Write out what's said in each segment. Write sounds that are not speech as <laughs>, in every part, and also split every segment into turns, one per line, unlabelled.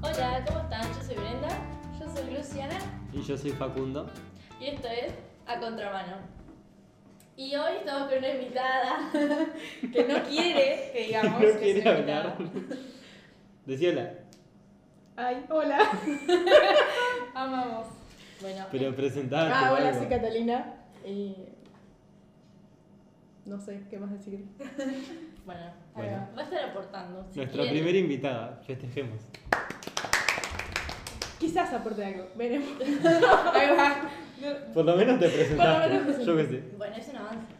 Hola, ¿cómo están? Yo soy Brenda. Yo soy Luciana.
Y yo soy Facundo.
Y esto es A Contramano. Y hoy estamos con una invitada <laughs> que no quiere que digamos
<laughs> No
que
quiere
es una
hablar.
invitada.
Decíala,
Ay,
<laughs>
hola.
Amamos. Bueno,
pero presentate.
Ah,
o
hola,
algo.
soy Catalina. Y... No sé qué más decir.
bueno,
Bueno.
va a estar aportando. si
Nuestra
quiere.
primera invitada, festejemos.
Quizás aporte algo.
<laughs>
Veremos.
Ahí va.
Por lo menos te presentaste.
Por lo menos
yo qué sé.
Bueno, es un avance.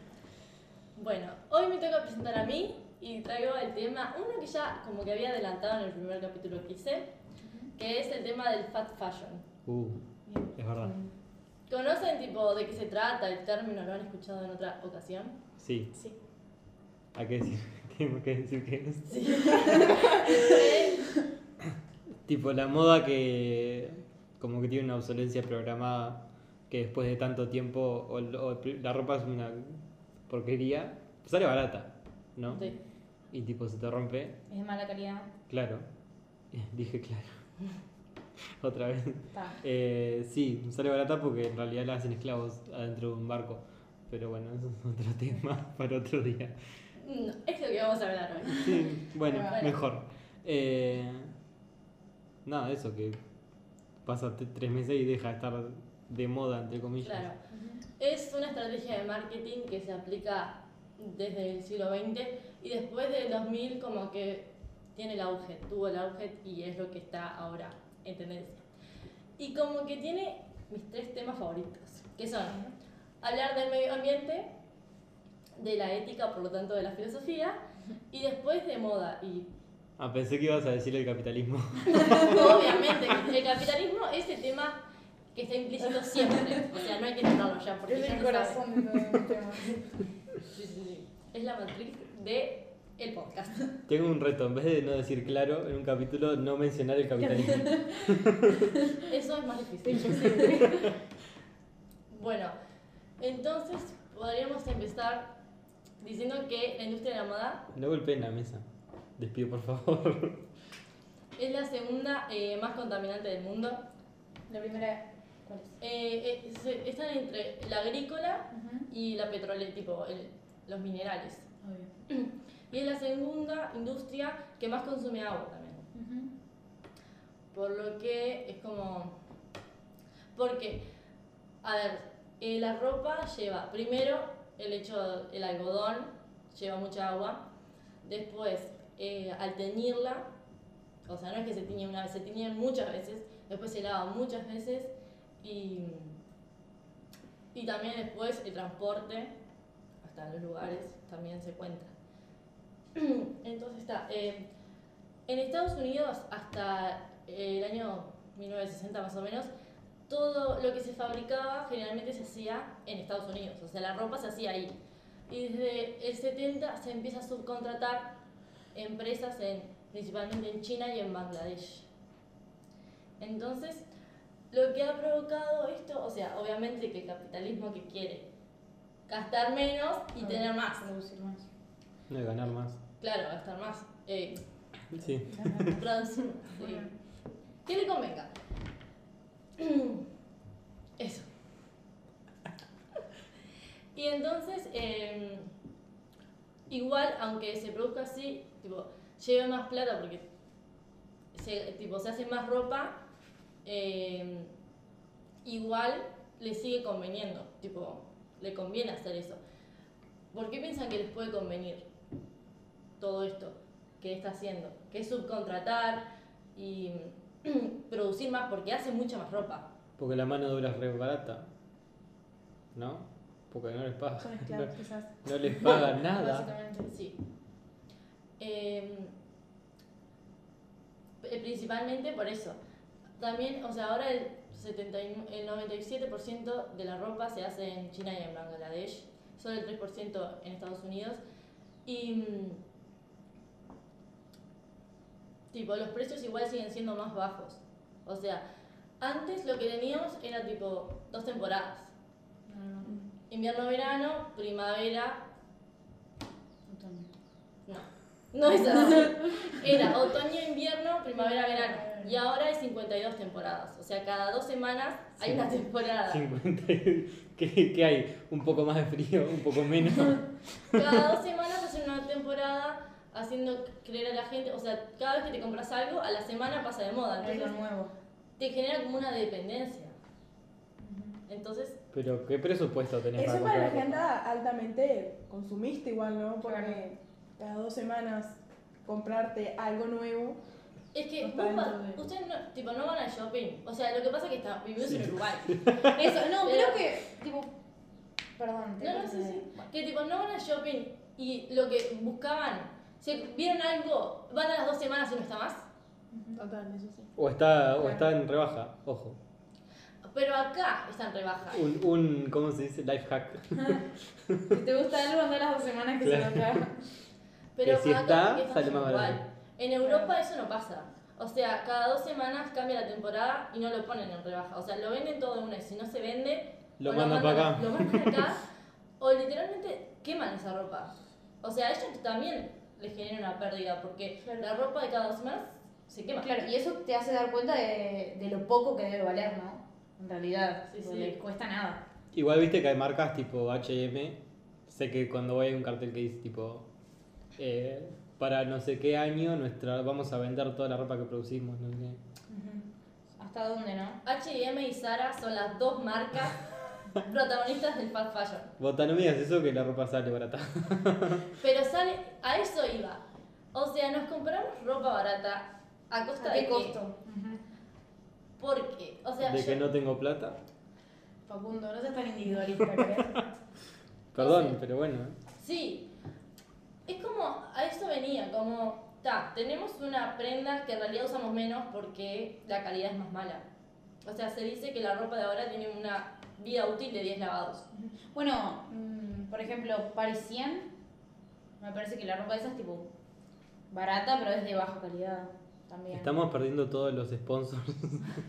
Bueno, hoy me toca presentar a mí y traigo el tema, uno que ya como que había adelantado en el primer capítulo que hice, que es el tema del fat fashion.
Uh, es verdad.
¿Conocen tipo de qué se trata el término? ¿Lo han escuchado en otra
<laughs>
ocasión?
Sí,
Sí.
hay que decir, <laughs> tengo que decir que es. Tipo la moda que como que tiene una obsolencia programada que después de tanto tiempo o, o la ropa es una porquería, sale barata, ¿no?
Sí.
Y tipo se te rompe,
Es de mala calidad.
claro. Eh, Dije claro. <laughs> Otra vez.
Está.
Eh, sí, sale barata porque en realidad la hacen esclavos adentro de un barco. Pero bueno, eso es otro <laughs> tema para otro día.
No, es lo que vamos a hablar hoy.
Sí, bueno,
Bueno.
mejor. Eh, nada, eso que pasa t- tres meses y deja de estar de moda, entre comillas.
Claro. Es una estrategia de marketing que se aplica desde el siglo XX y después del 2000 como que tiene el auge, tuvo el auge y es lo que está ahora en tendencia. Y como que tiene mis tres temas favoritos, que son hablar del medio ambiente, de la ética, por lo tanto de la filosofía, y después de moda. Y
Ah, pensé que ibas a decir el capitalismo. <laughs>
obviamente el capitalismo es el tema que está implícito siempre, o sea, no hay que tratarlo ya porque
Es
ya lo
el
saben.
corazón de todo el tema.
Sí, sí, sí. Es la matriz de el podcast.
Tengo un reto, en vez de no decir claro en un capítulo, no mencionar el capitalismo.
<laughs> Eso es más difícil.
Imposible.
<laughs> Bueno, entonces podríamos empezar diciendo que la industria de la moda
No golpeen la mesa. Despido, por favor. <laughs>
es la segunda eh, más contaminante del mundo.
La primera, ¿cuál es?
Eh, eh, se- están entre la agrícola y la petrolera, tipo el- los minerales.
Obvio.
Y es la segunda industria que más consume agua también. Por lo que es como. Porque, a ver, eh, la ropa lleva primero el hecho, el algodón, lleva mucha agua. Después, eh, al teñirla, o sea, no es que se tiñe una vez, se tiñe muchas veces. Después se lava muchas veces. Y, y también después el transporte hasta los lugares también se cuenta. Entonces está. eh, en Estados Unidos, hasta el año 1960 más o menos, todo lo que se fabricaba generalmente se hacía en Estados Unidos, o sea, la ropa se hacía ahí. Y desde el 70 se empieza a subcontratar empresas en, principalmente en China y en Bangladesh. Entonces, lo que ha provocado esto, o sea, obviamente que el capitalismo que quiere gastar menos y
Ah.
tener más,
Producir más.
No de ganar más.
claro, gastar más. Eh,
Sí.
Producir, sí. ¿Qué le convenga? <clears throat> Eso. <laughs> Y entonces, eh, igual, aunque se produzca así, tipo, lleva más plata porque se, tipo, se hace más ropa, eh, igual le sigue conveniendo, tipo, le conviene hacer eso. ¿Por qué piensan que les puede convenir todo esto que está haciendo? Que es subcontratar y <clears throat> producir más porque hace mucha más ropa.
Porque la mano de obra es re barata. ¿No? Porque no les pagan.
<laughs>
Son esclavos, quizás.
No, no les pagan nada.
Básicamente.
Sí. Eh, eh, principalmente por eso. También, o sea, ahora el, 79 el 97% de la ropa se hace en China y en Bangladesh, solo el 3% en Estados Unidos. Y. mm, Tipo, los precios igual siguen siendo más bajos. O sea, antes lo que teníamos era tipo dos temporadas:
No, no, no.
invierno-verano, primavera,
Otoño.
no. No <laughs> es así. Era otoño, invierno, primavera, verano. Y ahora hay 52 temporadas. O sea, cada dos semanas hay una temporada.
50. y- <laughs> ¿Qué, qué hay? ¿Un poco más de frío? ¿Un poco menos?
Cada dos semanas hacen una temporada haciendo creer a la gente. O sea, cada vez que te compras algo, a la semana pasa de moda.
Algo
Entonces
nuevo.
te genera como una dependencia. Entonces,
Pero, ¿qué presupuesto tenés
Eso es para
para
la
comprar
gente
ropa?
altamente consumista igual, ¿no? Porque cada dos semanas comprarte algo nuevo.
es que
No
vos
está
va-
dentro de-
ustedes no, tipo, no van al shopping. O sea, lo que pasa es que está, vivimos en Uruguay.
Eso, no,
Pero-
creo que, tipo, perdón. te
No, no,
corté.
sí, sí. Que tipo, no van al shopping y lo que buscaban, si vieron algo, van a las dos semanas y no está más.
Ujú.
Total, eso sí.
O está, o está en rebaja, ojo.
Pero acá están
Ah.
rebajas.
Un, un, ¿cómo se dice? Life hack.
Si te gusta algo, anda las dos semanas que
Claro.
se nos acaba.
Pero
Que si
acá
está,
porque estamos
sale más
en Uruguay.
barato.
En Europa eso no pasa. O sea, cada dos semanas cambia la temporada y no lo ponen en rebaja. O sea, lo venden todo de una y si no se vende,
Lo
o
mandan para acá.
Lo mandan
<laughs>
acá o literalmente queman esa ropa. O sea, a ellos también les genera una pérdida porque
Claro.
la ropa de cada dos semanas se quema.
Claro, y eso te hace dar cuenta de, de lo poco que debe valer, ¿no? En realidad,
Sí,
tipo,
sí.
les cuesta nada.
Igual viste que hay marcas tipo HM. Sé que cuando voy hay un cartel que dice tipo. eh, para no sé qué año nuestra vamos a vender toda la ropa que producimos. No sé qué.
¿Hasta dónde, no?
H&M y Zara son las dos marcas protagonistas del fast fashion.
Vos tan no me digas eso que la ropa sale barata.
Pero sale, a eso iba. O sea, nos compramos ropa barata a costa
¿A
de
qué costo?
Porque, o sea,
De
yo-
que no tengo plata.
Facundo, no seas tan individualista, ¿eh? ¿crees?
Perdón,
Sí.
pero bueno. ¿eh?
sí. Es como, a eso venía, como, ta, tenemos una prenda que en realidad usamos menos porque la calidad es más mala. O sea, se dice que la ropa de ahora tiene una vida útil de 10 lavados.
bueno, mm, por ejemplo, Parisien, me parece que la ropa esa es tipo barata, pero es de baja calidad también.
Estamos perdiendo todos los sponsors.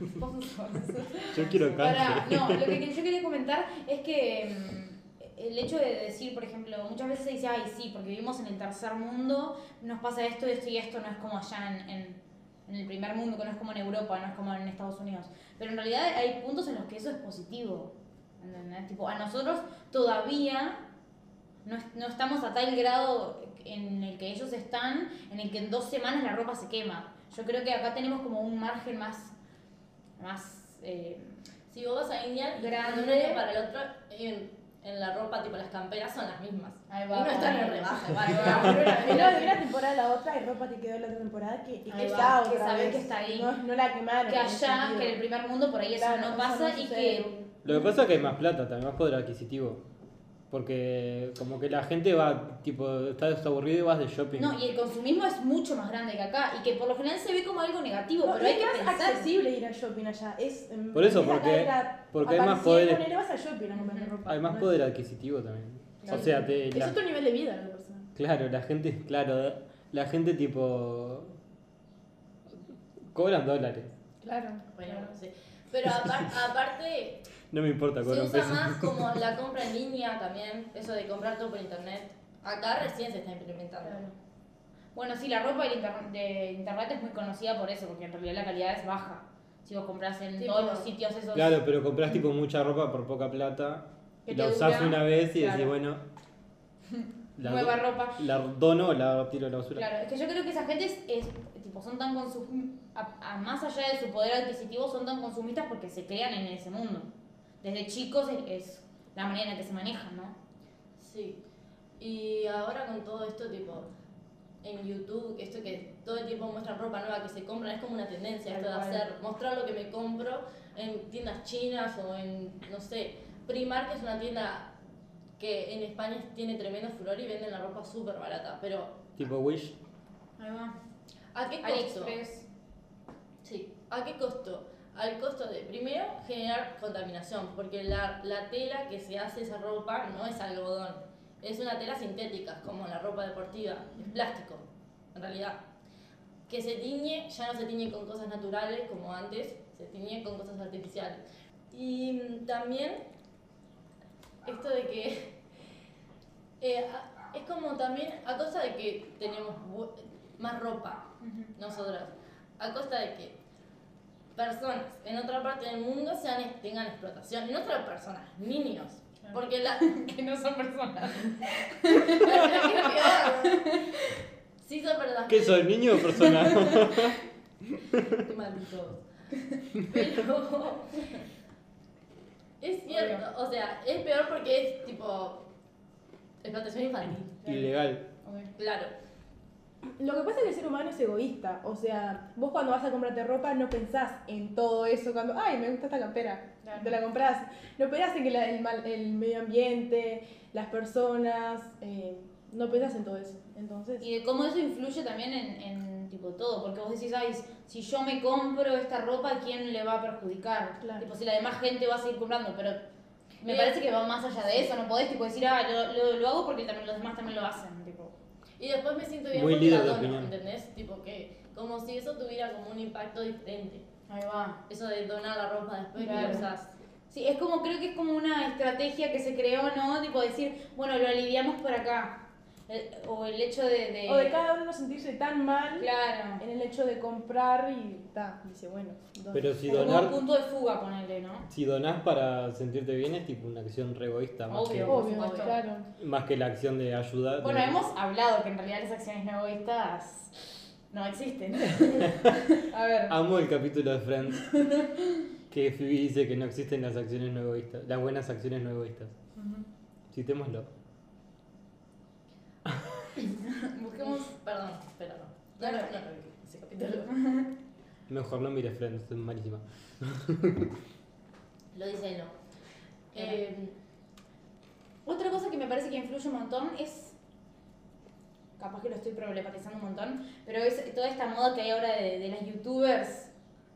Sponsors.
Yo quiero
Para,
canje.
no,
<laughs>
lo que yo quería comentar es que mm, el hecho de decir, por ejemplo, muchas veces se dice, ay, sí, porque vivimos en el tercer mundo, nos pasa esto, esto y esto, no es como allá en, en- en el primer mundo, que no es como en Europa, no es como en Estados Unidos. Pero en realidad hay puntos en los que eso es positivo. ¿entendés? Tipo, a nosotros todavía no, es- no estamos a tal grado en el que ellos están, en el que en dos semanas la ropa se quema. Yo creo que acá tenemos como un margen más... más eh,
Si vos vas a India, y de un
Grande.
año para el otro, en, en la ropa, tipo las camperas son las mismas.
Ahí
y
va,
no están
ahí
en
va.
rebaja,
<laughs> Ahí
igual.
va.
Pero no, de una temporada a la otra hay ropa que quedó de la otra temporada que
Ahí
está
va, que
otra
sabés
vez.
que está ahí.
No, no la quemaron.
que
en ese
allá,
sentido.
que en el primer mundo por ahí eso
Claro,
no pasa
no
y
sucede.
que
Lo que pasa es que hay más plata, también más poder adquisitivo. Porque como que la gente va, tipo, estás aburrido y vas de shopping.
no, y el consumismo es mucho más grande que acá y que por lo general se ve como algo negativo,
No,
pero hay
es
que
más
pensar.
accesible ir al shopping allá. Es, em,
Por eso,
es acá
porque-
ir a-
porque hay
a
más
París,
poderes.
ponele, vas al shopping a comprar ropa.
Hay más
¿no?
poder adquisitivo también. O
Claro.
sea, te,
Es
la-
otro nivel de vida la persona.
claro, la gente, claro, la gente tipo... Cobran dólares.
Claro.
Bueno, no sé. Pero apar- aparte,
No me importa,
se
cobran
usa
pesos.
más como la compra en línea también, eso de comprar todo por internet. Acá recién se está implementando.
Claro. Bueno, sí, la ropa del inter- de internet es muy conocida por eso, porque en realidad la calidad es baja. Si vos compras en
Sí,
todos
pero-
los sitios esos.
Claro, pero compras tipo mucha ropa por poca plata.
Que
La
te
usás
dura,
una vez y decís,
claro. <laughs>
bueno... La,
Nueva ropa.
la dono o la tiro a la basura.
Claro, es que yo creo que esa gente es, es- tipo, son tan consum a- a- más allá de su poder adquisitivo, son tan consumistas porque se crean en ese mundo. Desde chicos es, es la manera en la que se manejan, ¿no?
Sí. Y ahora con todo esto, tipo, en YouTube, esto que todo el tiempo muestran ropa nueva que se compran, es como una tendencia esto de
Tal cual.
hacer, mostrar lo que me compro en tiendas chinas o en, no sé, Primark que es una tienda que en España tiene tremendo furor y venden la ropa súper barata, pero
Tipo Wish.
Ahí va.
¿a qué costo?
AliExpress. <laughs>
Sí, ¿a qué costo? Al costo de, primero, generar contaminación, porque la, la tela que se hace esa ropa no es algodón, es una tela sintética, como la ropa deportiva, es plástico, en realidad. Que se tiñe, ya no se tiñe con cosas naturales como antes, se tiñe con cosas artificiales. Y mm, también, esto de que <laughs> eh, a- es como como también, a costa de que tenemos bu- más ropa
Ujú.
nosotras, a costa de que personas en otra parte del mundo sean, tengan explotación, y no solo personas, niños.
Claro.
Porque
<laughs>
la,
Que no son personas.
sí son personas.
¿Qué soy, niño o
<laughs>
persona? <laughs>
Qué malditos. Pero. Es cierto, o sea, es peor porque es tipo. explotación infantil.
Ilegal.
Claro.
Lo que pasa es que el ser humano es egoísta. O sea, vos cuando vas a comprarte ropa no pensás en todo eso. Cuando, ay, me gusta esta campera,
Claro.
te la comprás. No pensás en que la- el, mal- el medio ambiente, las personas. eh, no pensás en todo eso. Entonces.
Y de cómo eso influye también en, en, tipo todo, porque vos decís, ay, si yo me compro esta ropa, ¿a quién le va a perjudicar?
Claro.
Tipo, si la demás gente va a seguir comprando, pero me
Bien.
parece que va más allá de eso, no podés tipo decir, ah, lo, lo- lo hago porque también los demás también lo hacen, tipo.
Y después me siento bien
Muy
porque
líder
la
de
dono,
opinión.
¿entendés? Tipo que. Como si eso tuviera como un impacto diferente.
Ahí va.
Eso de donar la ropa después que
Claro.
la usás.
Sí, es como, creo que es como una estrategia que se creó, ¿no? Tipo decir, bueno, lo aliviamos por acá. El- o el hecho de... de-
O de cada uno no sentirse tan mal
Claro.
en el hecho de comprar y ta, dice, bueno. don-
Pero si
Como un
donar,
punto de fuga, ponele, ¿no?
si donás para sentirte bien es tipo una acción re egoísta más,
Obvio.
Obvio,
por supuesto.
claro.
que, más que la acción de ayudar. de-
Bueno, hemos hablado que en realidad las acciones no egoístas no
<laughs>
existen. A ver.
Amo el capítulo de
<laughs>
Friends. que Phoebe dice que no existen las acciones no egoístas, las buenas acciones no egoístas. Citémoslo.
Busquemos. Perdón, pero no. No, no, no, no, ese capítulo.
Mejor no mires Friends, es malísima.
Lo dice él no. Eh,
Otra cosa que me parece que influye un montón es. Capaz que lo estoy problematizando un montón, pero es toda esta moda que hay ahora de, de las youtubers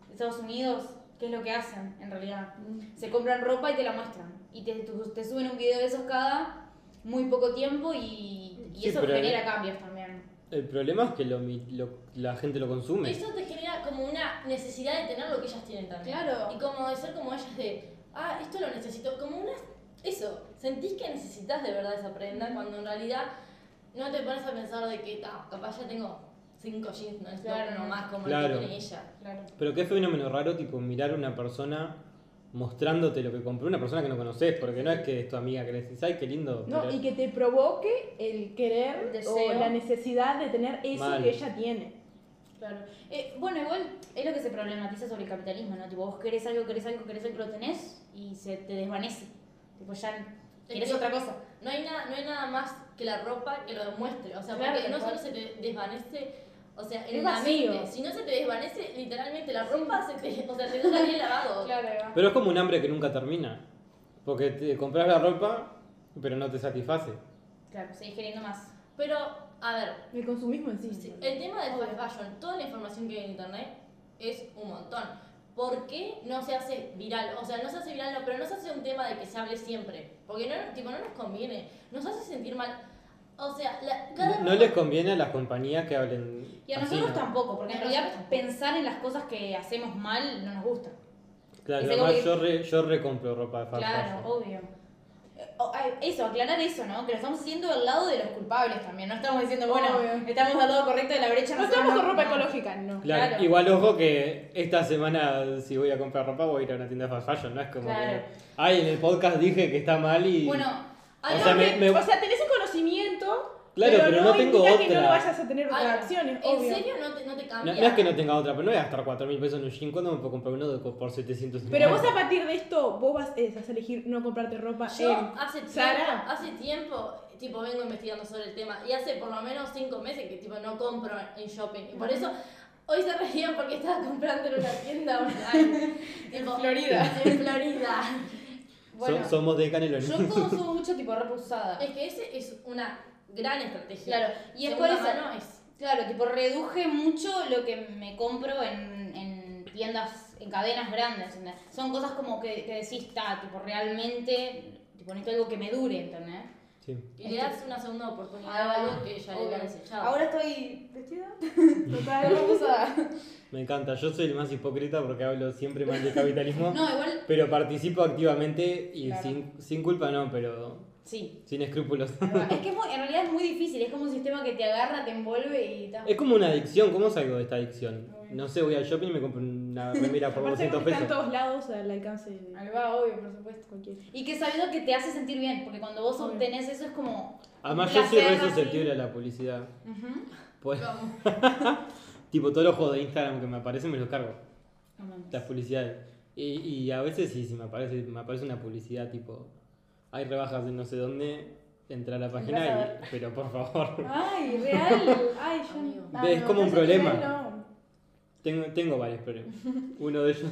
de Estados Unidos, que es lo que hacen en realidad. Se compran ropa y te la muestran. Y te, tu- te suben un video de esos cada muy poco tiempo y, y
Sí,
eso
pero-
genera cambios también.
El problema es que lo mi- lo- la gente lo consume.
Eso te genera como una necesidad de tener lo que ellas tienen también.
Claro.
Y como de ser como ellas de, ah, esto lo necesito. Como una. Eso, sentís que necesitas de verdad esa prenda cuando en realidad no te pones a pensar de que, "Ah, capaz ya tengo cinco jeans, no necesito
Claro.
uno más como el
Claro.
que tiene ella.
Claro.
Pero qué fenómeno raro, tipo, mirar a una persona mostrándote lo que compró, una persona que no conoces, porque no es que es tu amiga que le decís, ay, qué lindo.
No,
pero-
y que te provoque el querer
El deseo.
o la necesidad de tener eso
Mal.
que ella tiene.
Claro. Eh, bueno, igual es lo que se problematiza sobre el capitalismo, ¿no? Tipo, vos querés algo, querés algo, querés algo, lo tenés y se te desvanece. Tipo, ya querés
que-
otra cosa.
No hay, nada, no hay nada más que la ropa que lo demuestre. O sea,
Claro,
porque
tal
no
cual.
solo se te desvanece. O sea,
Es
en la
vacío.
mente, si no se te desvanece, literalmente la ropa se te, o sea, se te está bien lavado.
Claro,
Pero es como un hambre que nunca termina. Porque te compras la ropa, pero no te satisface.
Claro, seguís queriendo más.
Pero, a ver,
El consumismo en sí.
Sí, El tema del fast fashion, toda la información que hay en internet es un montón. ¿Por qué no se hace viral? O sea, no se hace viral, no, pero no se hace un tema de que se hable siempre. Porque no, tipo, no nos conviene. Nos hace sentir mal. O sea, la- cada
No les conviene a las compañías que hablen.
Y a
así,
nosotros
¿no?
tampoco, porque en
A
realidad
nosotros tampoco.
pensar en las cosas que hacemos mal no nos gusta.
Claro,
Es
además
como que-
yo, re- yo recompro ropa de fast
Claro,
fashion.
obvio. Eh, o- ay, Eso, aclarar eso, ¿no? Que lo estamos haciendo al lado de los culpables también. No estamos diciendo, bueno,
Obvio.
estamos al lado correcto de la brecha.
No
nosotros
estamos con ropa
no.
ecológica, no.
Claro,
Claro.
Igual ojo que esta semana si voy a comprar ropa voy a ir a una tienda de fast fashion, no es como
Claro.
que... Ay, en el podcast dije que está mal y...
Bueno,
o
hay
sea,
algo
me- me-
O sea, tenés el conocimiento,
Claro, pero no tengo
indica que no
otra.
lo vayas a tener otras
Ay,
acciones,
En
obvio.
serio no te, no te
no,
cambia.
no es que no tenga otra, pero no voy a gastar 4 mil pesos en un jean, ¿cuándo me puedo comprar uno de- por 750?
Pero vos a partir de esto, vos vas, eh, vas a elegir no comprarte ropa
Yo ah,
en
hace tiempo,
Zara.
hace tiempo, tipo, vengo investigando sobre el tema. Y hace por lo menos cinco meses que, tipo, no compro en shopping. Y por eso, hoy se reían porque estaba comprando en una tienda
<laughs>
online. Tipo,
Florida.
En Florida.
So-
bueno,
somos de Canelón.
yo consumo mucho tipo ropa usada.
Es que ese es una gran estrategia.
Claro, y es por
Segunda
eso.
mano es.
Claro, tipo, reduje mucho lo que me compro en, en tiendas, en cadenas grandes. ¿entendés? Son cosas como que, que decís, está, tipo, realmente, tipo, necesito algo que me dure, ¿entendés?
Sí.
Y le das una segunda oportunidad a algo que ya le
Este. Ah, Obvio.
habían desechado.
Ahora estoy vestida.
<laughs> Total.
Me encanta, yo soy el más hipócrita porque hablo siempre mal del capitalismo,
No, igual,
pero participo activamente y
Claro.
sin, sin culpa no, pero
Sí.
sin escrúpulos.
es que es muy- en realidad es muy difícil, es como un sistema que te agarra, te envuelve y tal.
Es como una adicción, ¿cómo salgo de esta adicción? No sé, voy al shopping y me compro una remera por
<laughs> Aparte,
200
como está en
pesos.
todos lados al alcance de
Ahí va, obvio, por supuesto.
cualquier.
Y que sabiendo que te hace sentir bien, porque cuando vos
Obvio.
obtenés eso es como...
Además, yo soy
placer,
re
así.
susceptible a la publicidad.
ujú,
Pues,
Como-
<laughs> tipo, todos los juegos de Instagram que me aparecen me los cargo.
no mames.
Las publicidades. Y, y a veces sí, sí me aparece, me aparece una publicidad tipo. Hay rebajas de no sé dónde, entra a la página
Entrás a
y. <laughs> Pero por favor.
Ay, real. Ay, yo
Amigo.
Ah,
Es como un
ese nivel
problema.
no.
Tengo, tengo varios
<laughs>
problemas. Uno de ellos,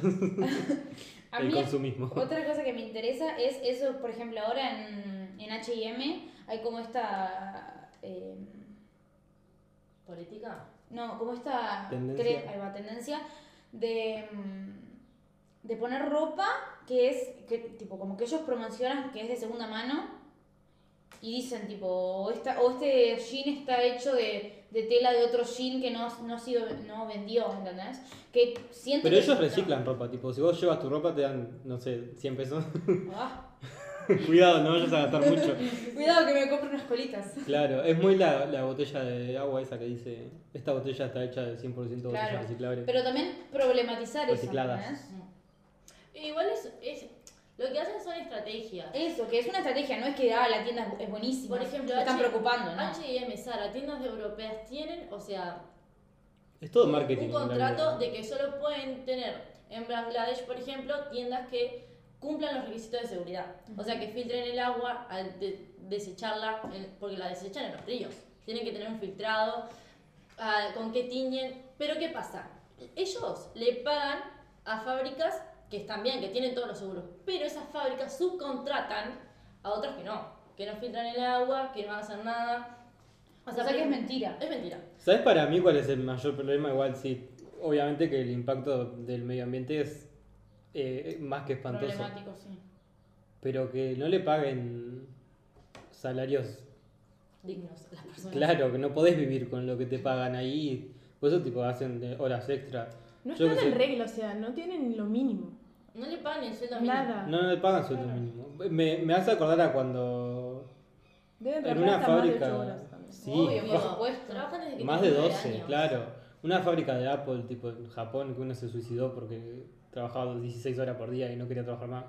A
el
mí
consumismo.
otra cosa que me interesa es eso, por ejemplo, ahora en, en H&M hay como esta... eh,
¿Política?
no, como esta...
Tendencia.
cre- ahí va, tendencia de, mm, de poner ropa que es, que, tipo, como que ellos promocionan que es de segunda mano y dicen, tipo, o, esta, o este jean está hecho de, de tela de otro jean que no, no, ha sido, no vendió, ¿entendés? Que siento
Pero
que-
ellos reciclan ropa, tipo, si vos llevas tu ropa te dan, no sé, 100 pesos. <laughs>
Ah.
Cuidado, no vayas a gastar mucho.
Cuidado que me compro unas colitas.
Claro, es muy la, la botella de agua esa que dice, esta botella está hecha de 100% botellas
Claro,
reciclables.
Pero también problematizar eso.
Recicladas.
¿entendés?
Igual es, es- Lo que hacen son estrategias.
Eso, que es una estrategia, no es que ah, la tienda es buenísima.
Por ejemplo,
me están
H-
preocupando, ¿no?
H&M, Zara, tiendas europeas tienen, o sea,
es todo
un
marketing. en realidad.
contrato de que solo pueden tener en Bangladesh, por ejemplo, tiendas que cumplan los requisitos de seguridad. O sea, que filtren el agua al de- desecharla, en- porque la desechan en los ríos. Tienen que tener un filtrado, ah, con qué tiñen. Pero ¿qué pasa? Ellos le pagan a fábricas que están bien, que tienen todos los seguros, pero esas fábricas subcontratan a otras que no, que no filtran el agua, que no hacen nada.
O sea, que es mentira.
Es mentira.
¿Sabes para mí cuál es el mayor problema? Igual sí, obviamente que el impacto del medio ambiente es eh, más que espantoso.
Problemático, sí.
Pero que no le paguen salarios.
Dignos las personas.
Claro, que no podés vivir con lo que te pagan ahí. Por eso tipo hacen de horas extra.
No
Yo
están
qué
en
sé.
regla, o sea, no tienen lo mínimo.
No le pagan el sueldo mínimo.
Nada.
No, no le pagan sueldo mínimo. Me, me hace acordar a cuando...
Deben
En
trabajar
una
hasta más de
fábrica-
ocho horas también.
Sí, <laughs>
Obvio,
Digo,
por supuesto.
Trabajan desde que
Más de
tienen nueve
12,
años.
claro. Una fábrica de Apple, tipo en Japón, que uno se suicidó porque trabajaba 16 horas por día y no quería trabajar más.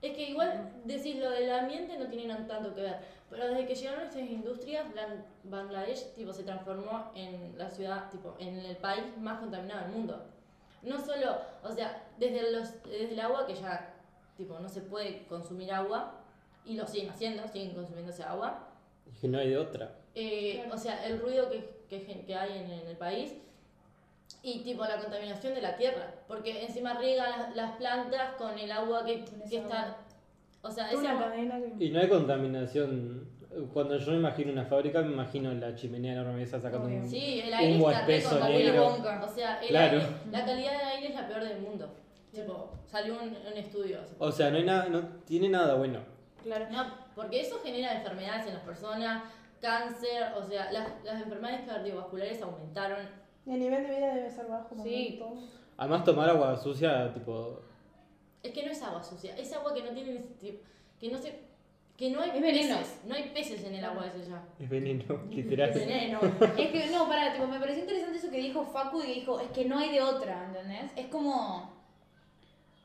Es que igual decís lo del ambiente no tienen tanto que ver. Pero desde que llegaron estas industrias, Blan- Bangladesh tipo, se transformó en la ciudad, tipo, en el país más contaminado del mundo. No solo, o sea, desde, los, desde el agua, que ya tipo, no se puede consumir agua, y lo siguen haciendo, siguen consumiéndose agua.
Y que no hay de otra.
Eh,
Claro.
O sea, el ruido que, que gen- que hay en, en el país y tipo la contaminación de la tierra, porque encima riegan las, las plantas con el agua que,
Con
que
esa
está...
agua.
O sea,
Es
ese
una
agua-
cadena que...
Y no hay contaminación. Cuando yo me imagino una fábrica, me imagino la chimenea enorme esa sacando
Obvio.
un...
Sí, el aire
Humo
está re
espeso,
contaminado.
negro.
O sea, el
Claro.
aire- la calidad del aire es la peor del mundo. Tipo, salió un, un estudio. hace poco.
O sea, no, hay nada, no tiene nada bueno.
Claro.
No, porque eso genera enfermedades en las personas, cáncer, o sea, las, las enfermedades cardiovasculares aumentaron.
El nivel de vida debe ser bajo. como
Sí.
todo.
Además, tomar agua sucia, tipo...
Es que no es agua sucia, es agua que no tiene ni- tipo, que no se que no hay
Es veneno.
peces, no hay peces en el agua de ella.
Es veneno, <laughs>
Es
literal.
veneno.
es que, no, para, tipo, me pareció interesante eso que dijo Facu y que dijo, es que no hay de otra, ¿entendés? Es como.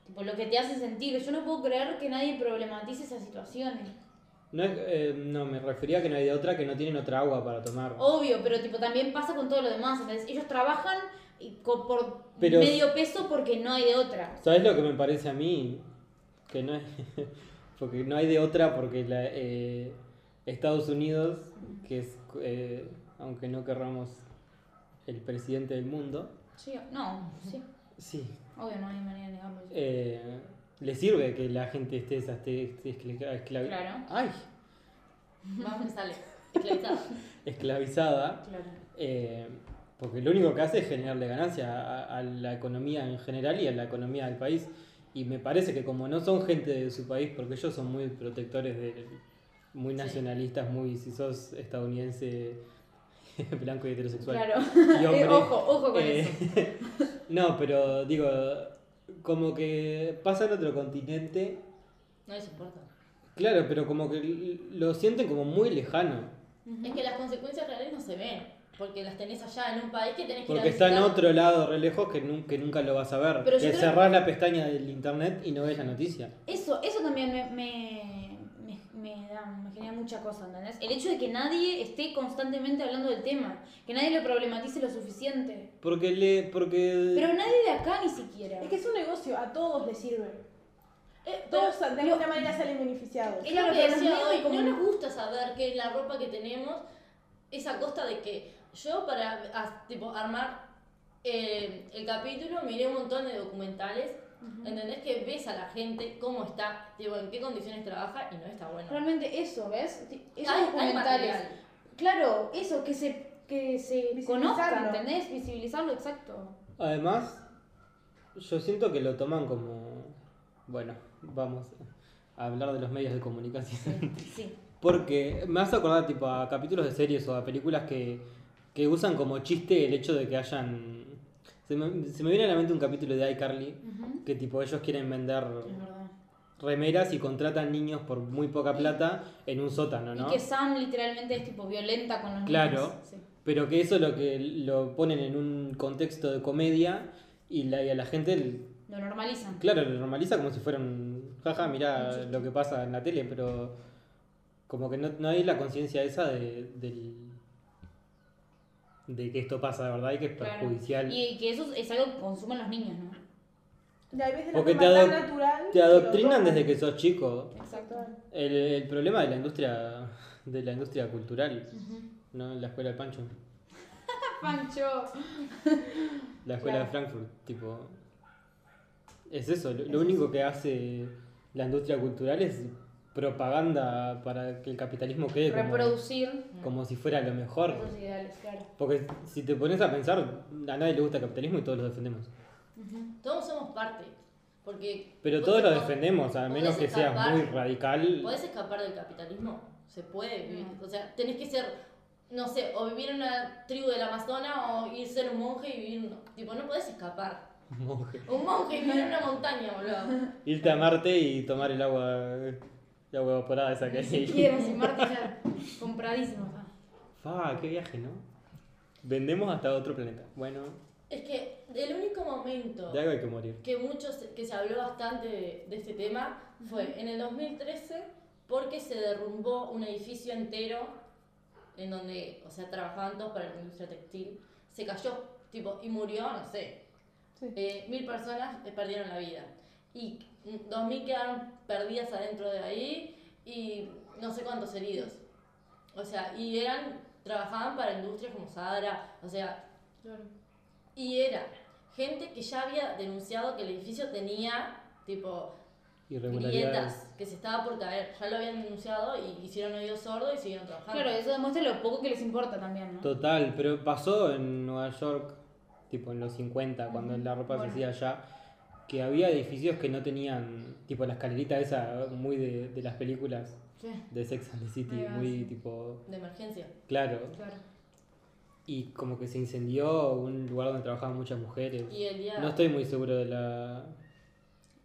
Tipo, lo que te hace sentir. Yo no puedo creer que nadie problematice esas situaciones.
Ah. No, es- eh, no, me refería a que no hay de otra, que no tienen otra agua para tomar.
Obvio, pero tipo también pasa con todo lo demás. ¿entendés? Ellos trabajan y co- por
Pero-
medio peso porque no hay de otra.
¿Sabes lo que me parece a mí? Que no es. <laughs> porque no hay de otra, porque la, eh, Estados Unidos, que es, eh, aunque no querramos, el presidente del mundo,
Sí, no, sí.
sí,
Obvio, no hay manera de negarlo.
eh, le sirve que la gente esté, esa- esté, esté esclavi- esclavi-
Claro.
¡Ay!
Vamos que sale. Esclavizado.
esclavizada,
Claro.
eh, porque lo único que hace es generarle ganancia a, a la economía en general y a la economía del país. Y me parece que como no son gente de su país, porque ellos son muy protectores, de, muy nacionalistas, muy si sos estadounidense, <laughs> blanco y heterosexual.
Claro. Eh,
y hombre,
ojo, ojo con
eh,
eso.
<laughs> no, pero digo, como que pasa en otro continente
No les importa.
Claro, pero como que l- lo sienten como muy lejano.
Es que las consecuencias reales no se ven, porque las tenés allá en un país que tenés que ir a
Porque está en
visitar.
otro lado, re lejos, que, nun- que nunca lo vas a ver.
Pero yo
que
creo-
cerrás la pestaña del internet y no ves la noticia.
Eso, eso también me, me, me, me da, me genera mucha cosa, ¿entendés? El hecho de que nadie esté constantemente hablando del tema, que nadie lo problematice lo suficiente.
Porque le. Porque.
Pero nadie de acá ni siquiera.
Es que es un negocio, a todos les sirve.
Eh, pero
Todos de alguna manera salen beneficiados.
es lo
Claro,
que
pero los
decía
medios de
hoy, no
comun-
nos gusta saber que la ropa que tenemos es a costa de que yo para a- tipo, armar eh, el capítulo miré un montón de documentales, ¿entendés? Que ves a la gente cómo está, tipo, en qué condiciones trabaja y no está bueno.
Realmente eso, ¿ves? Ti- Esos
Hay- hay
documentales.
material.
claro, eso, que se, que se
Visibilizarlo.
conozca, ¿entendés? Visibilizarlo, exacto.
Además, yo siento que lo toman como. Bueno, vamos a hablar de los medios de comunicación.
Sí.
<laughs> Porque me hace acordar tipo a capítulos de series o a películas que, que usan como chiste el hecho de que hayan. Se me, se me viene a la mente un capítulo de iCarly
Ujú.
que tipo ellos quieren vender
Es verdad.
remeras y contratan niños por muy poca plata en un sótano, ¿no?
Y que Sam literalmente es tipo violenta con los
Claro.
niños. Sí.
Pero que eso lo que lo ponen en un contexto de comedia y, la, y a la gente
Lo normalizan.
Claro, lo normaliza como si fuera un. Jaja, mirá lo que pasa en la tele, pero. Como que no, no hay la conciencia esa de, del. de que esto pasa de verdad y que es
Claro.
perjudicial.
Y que eso es algo que consumen los niños, ¿no?
Y a veces de la
Porque
forma
te
tan
adoc-
natural.
Te adoctrinan
que lo
desde que sos chico.
Exacto.
toman.
El, el problema de la industria. de la industria cultural, ¿no? La escuela de Pancho.
Pancho.
La escuela de Frankfurt, tipo. Es eso, lo, lo único que hace la industria cultural es propaganda para que el capitalismo quede como-
Reproducir
como si fuera lo mejor.
esos ideales, claro.
Porque si te pones a pensar, a nadie le gusta el capitalismo y todos lo defendemos.
Todos somos parte, porque...
Pero
vos
todos lo
te-
defendemos, a
podés
menos que seas
escapar.
muy radical.
¿Podés escapar del capitalismo? Se puede vivir. O sea, tenés que ser, no sé, o vivir en una tribu del Amazonas o ir ser un monje y vivir. Tipo, no podés escapar.
Monje.
Un monje y vivir en una montaña, boludo.
Irte a Marte y tomar el agua, el agua evaporada esa que hay.
Quiero sin Marte ya. Compradísimo. acá.
Fa, qué viaje, ¿no? Vendemos hasta otro planeta. Bueno,
Es que el único momento
de algo hay que morir.
que muchos que se habló bastante de, de este tema fue en el 2013 porque se derrumbó un edificio entero en donde, o sea, trabajaban todos para la industria textil. Se cayó, tipo, y murió, no sé,
Sí.
Eh, mil personas eh, perdieron la vida y mm, 2.000 quedaron perdidas adentro de ahí y no sé cuántos heridos. O sea, y eran, trabajaban para industrias como Sadra, o sea, y era gente que ya había denunciado que el edificio tenía, tipo,
Irregularidades.
grietas, que se estaba por caer. Ya lo habían denunciado y hicieron oído sordo y siguieron trabajando.
Claro, eso demuestra lo poco que les importa también, ¿no?
Total, pero pasó en Nueva York, tipo en los 50, cuando la ropa
Bueno.
se hacía allá, que había edificios que no tenían, tipo la escalerita esa muy de, de las películas
Sí,
de Sex and the City,
Ahí va,
muy
sí.
tipo,
De emergencia.
claro.
claro.
Y como que se incendió un lugar donde trabajaban muchas mujeres.
Y el día.
No estoy muy seguro de la...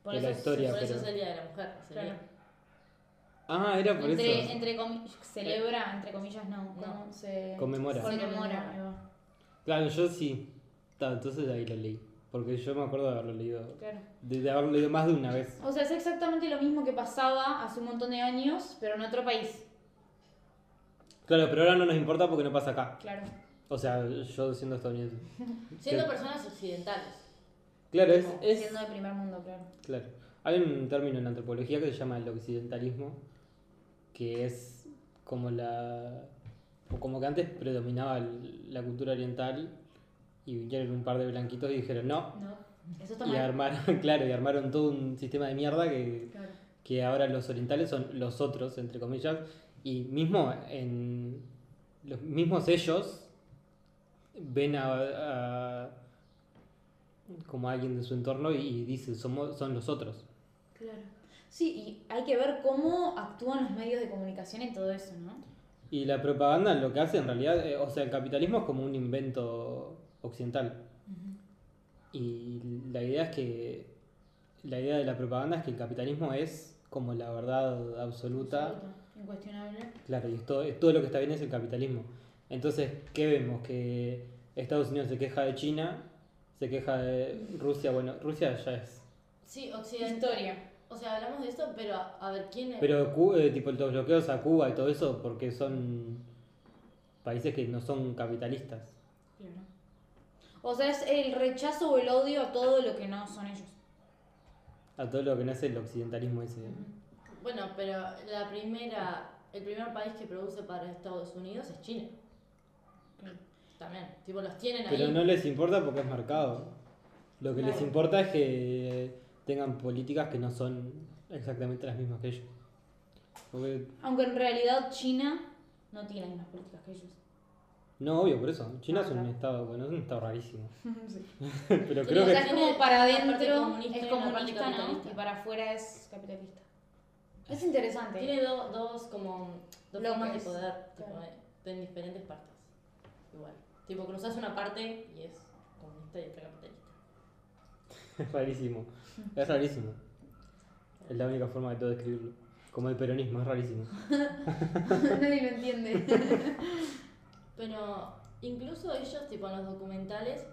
Por
De la
eso es-
historia.
por eso
pero-
es el día de la mujer. ese
Claro.
día.
Ah, era por
Entre,
eso.
entre comillas, celebra, entre comillas, no.
No.
¿Cómo se
Conmemora.
conmemora? ahí va.
Claro, yo sí. Ta, entonces ahí lo leí. Porque yo me acuerdo de haberlo leído.
Claro.
De, de haberlo leído más de una vez.
O sea, es exactamente lo mismo que pasaba hace un montón de años, pero en otro país.
Claro, pero ahora no nos importa porque no pasa acá.
Claro.
O sea, yo siendo estadounidense.
Siendo
Que-
personas occidentales.
Claro, es,
Como
es-
Siendo de primer mundo, claro.
claro. Hay un término en antropología que se llama el occidentalismo, que es como la o como que antes predominaba el- la cultura oriental y vinieron un par de blanquitos y dijeron no
No. Eso está
y
mal.
armaron, <laughs> claro, y armaron todo un sistema de mierda que,
Claro.
que ahora los orientales son los otros entre comillas y mismo en los mismos ellos ven a, a- como alguien de su entorno y, y dicen somos son los otros
Claro. Sí, y hay que ver cómo actúan los medios de comunicación en todo eso, ¿no?
y la propaganda lo que hace en realidad eh, o sea el capitalismo es como un invento occidental y la idea es que la idea de la propaganda es que el capitalismo es como la verdad absoluta.
Absoluto, Incuestionable.
Claro, y es todo, es todo lo que está bien es el capitalismo. Entonces, ¿qué vemos? Que Estados Unidos se queja de China, se queja de Rusia. Bueno, Rusia ya es.
Sí, occidental.
Historia.
O sea, hablamos de esto, pero a, a ver quién es.
Pero Cu- eh, tipo los bloqueos a Cuba y todo eso porque son países que no son capitalistas.
O sea, es el rechazo o el odio a todo lo que no son ellos.
A todo lo que no es el occidentalismo ese.
Bueno, pero la primera, el primer país que produce para Estados Unidos es China. También, tipo, los tienen ahí.
Pero no les importa porque es mercado. Lo que les
Claro.
importa es que tengan políticas que no son exactamente las mismas que ellos. Porque-
Aunque en realidad China no tiene las mismas políticas que ellos.
no, obvio, por eso. China
Ah,
es un
claro.
estado, bueno, es un estado
<laughs>
rarísimo.
Sí.
<laughs> Pero
Sí,
creo
o sea,
que
es
Tiene
como para
una parte
adentro
comunista y
es
una
comunista,
parte
¿no?
capitalista.
Y para afuera es capitalista. Es interesante. <laughs>
Tiene do- dos, como, dos
Bloques.
formas de poder, tipo,
Claro.
eh, en diferentes partes. Igual. Tipo, cruzas una parte y es comunista y otra capitalista.
es rarísimo. Es rarísimo. Es la única forma de todo describirlo. Como el peronismo, es rarísimo.
Nadie lo
<laughs>
entiende.
Pero incluso ellos, tipo, en los documentales,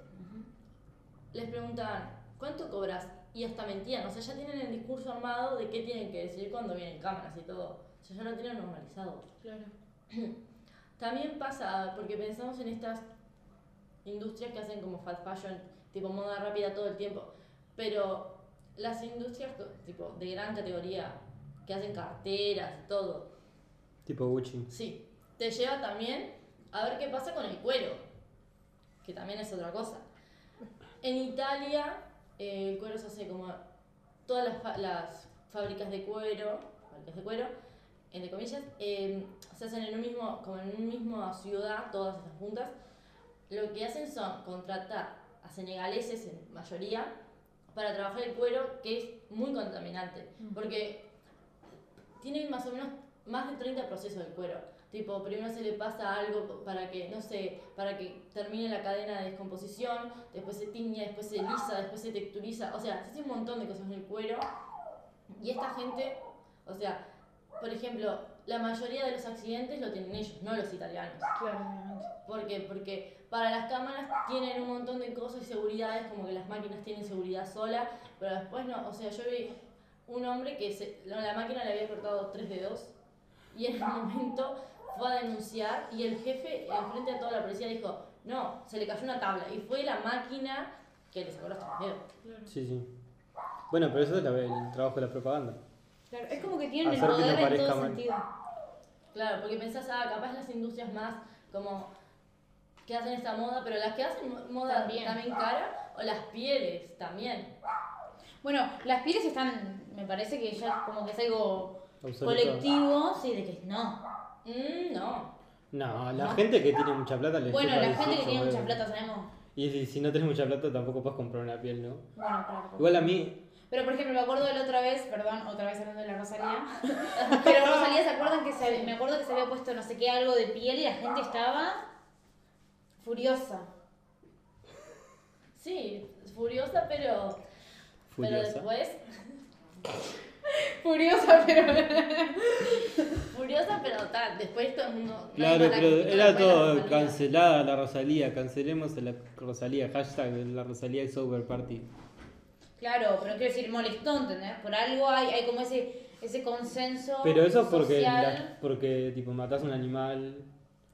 les preguntaban, ¿cuánto cobras? Y hasta mentían, o sea, ya tienen el discurso armado de qué tienen que decir cuando vienen cámaras y todo. O sea, ya lo tienen normalizado.
claro.
También pasa, porque pensamos en estas industrias que hacen como fast fashion, tipo moda rápida todo el tiempo, pero las industrias co- tipo de gran categoría, que hacen carteras y todo,
Tipo Gucci.
sí, te lleva también a ver qué pasa con el cuero, que también es otra cosa. En Italia eh, el cuero se hace como todas las, fa- las fábricas de cuero, fábricas de cuero, entre comillas, eh, se hacen en un mismo, como en una misma ciudad, todas esas juntas. Lo que hacen son contratar a senegaleses en mayoría para trabajar el cuero, que es muy contaminante, porque tiene más o menos más de 30 procesos el cuero. Tipo, primero se le pasa algo para que, no sé, para que termine la cadena de descomposición, después se tiña, después se lisa, después se texturiza, o sea, se hace un montón de cosas en el cuero. Y esta gente, o sea, por ejemplo, la mayoría de los accidentes lo tienen ellos, no los italianos.
Claro,
¿Por qué? Porque para las cámaras tienen un montón de cosas y seguridades, como que las máquinas tienen seguridad sola, pero después no. O sea, yo vi un hombre que se, la la máquina le había cortado tres dedos y en el <laughs> momento fue a denunciar y el jefe, enfrente a toda la policía, dijo, no, se le cayó una tabla y fue la máquina que le sacó los tres dedos.
Sí, sí. Bueno, pero eso es la- el trabajo de la propaganda.
Claro, es como que tienen el
Hacer que no
poder en
parezca
todo
mal.
sentido.
Claro, porque pensás, ah, capaz las industrias más como que hacen esta moda, pero las que hacen mo- moda
También.
también, cara, o las pieles también.
Bueno, las pieles están, me parece que ya como que es algo
Obsoleto.
colectivo, sí, de que no.
Mm, no.
No, la gente que tiene mucha plata le
Bueno,
chupa
la
los
gente que
ocho
tiene mucha
huevos.
plata sabemos.
Y si, si no tenés mucha plata tampoco puedes comprar una piel, ¿no?
Bueno, claro.
Igual a mí,
Pero por ejemplo, me acuerdo de la otra vez, perdón, otra vez hablando de la Rosalía. <laughs> pero Rosalía, ¿se acuerdan que se, me acuerdo que se había puesto no sé qué algo de piel y la gente estaba furiosa?
Sí, furiosa, pero. Pero
furiosa.
después.
Furiosa, pero.
Furiosa, pero tal. Después todo el mundo. nadie
Claro,
va a
pero
la crítica,
era
después la
todo
Rosalía.
cancelada la Rosalía, cancelemos a la Rosalía, hashtag la Rosalía is over party.
Claro, pero quiero decir, molestó, ¿entendés? Por algo hay, hay como ese, ese consenso.
Pero eso es porque,
social
la- porque tipo matás un animal.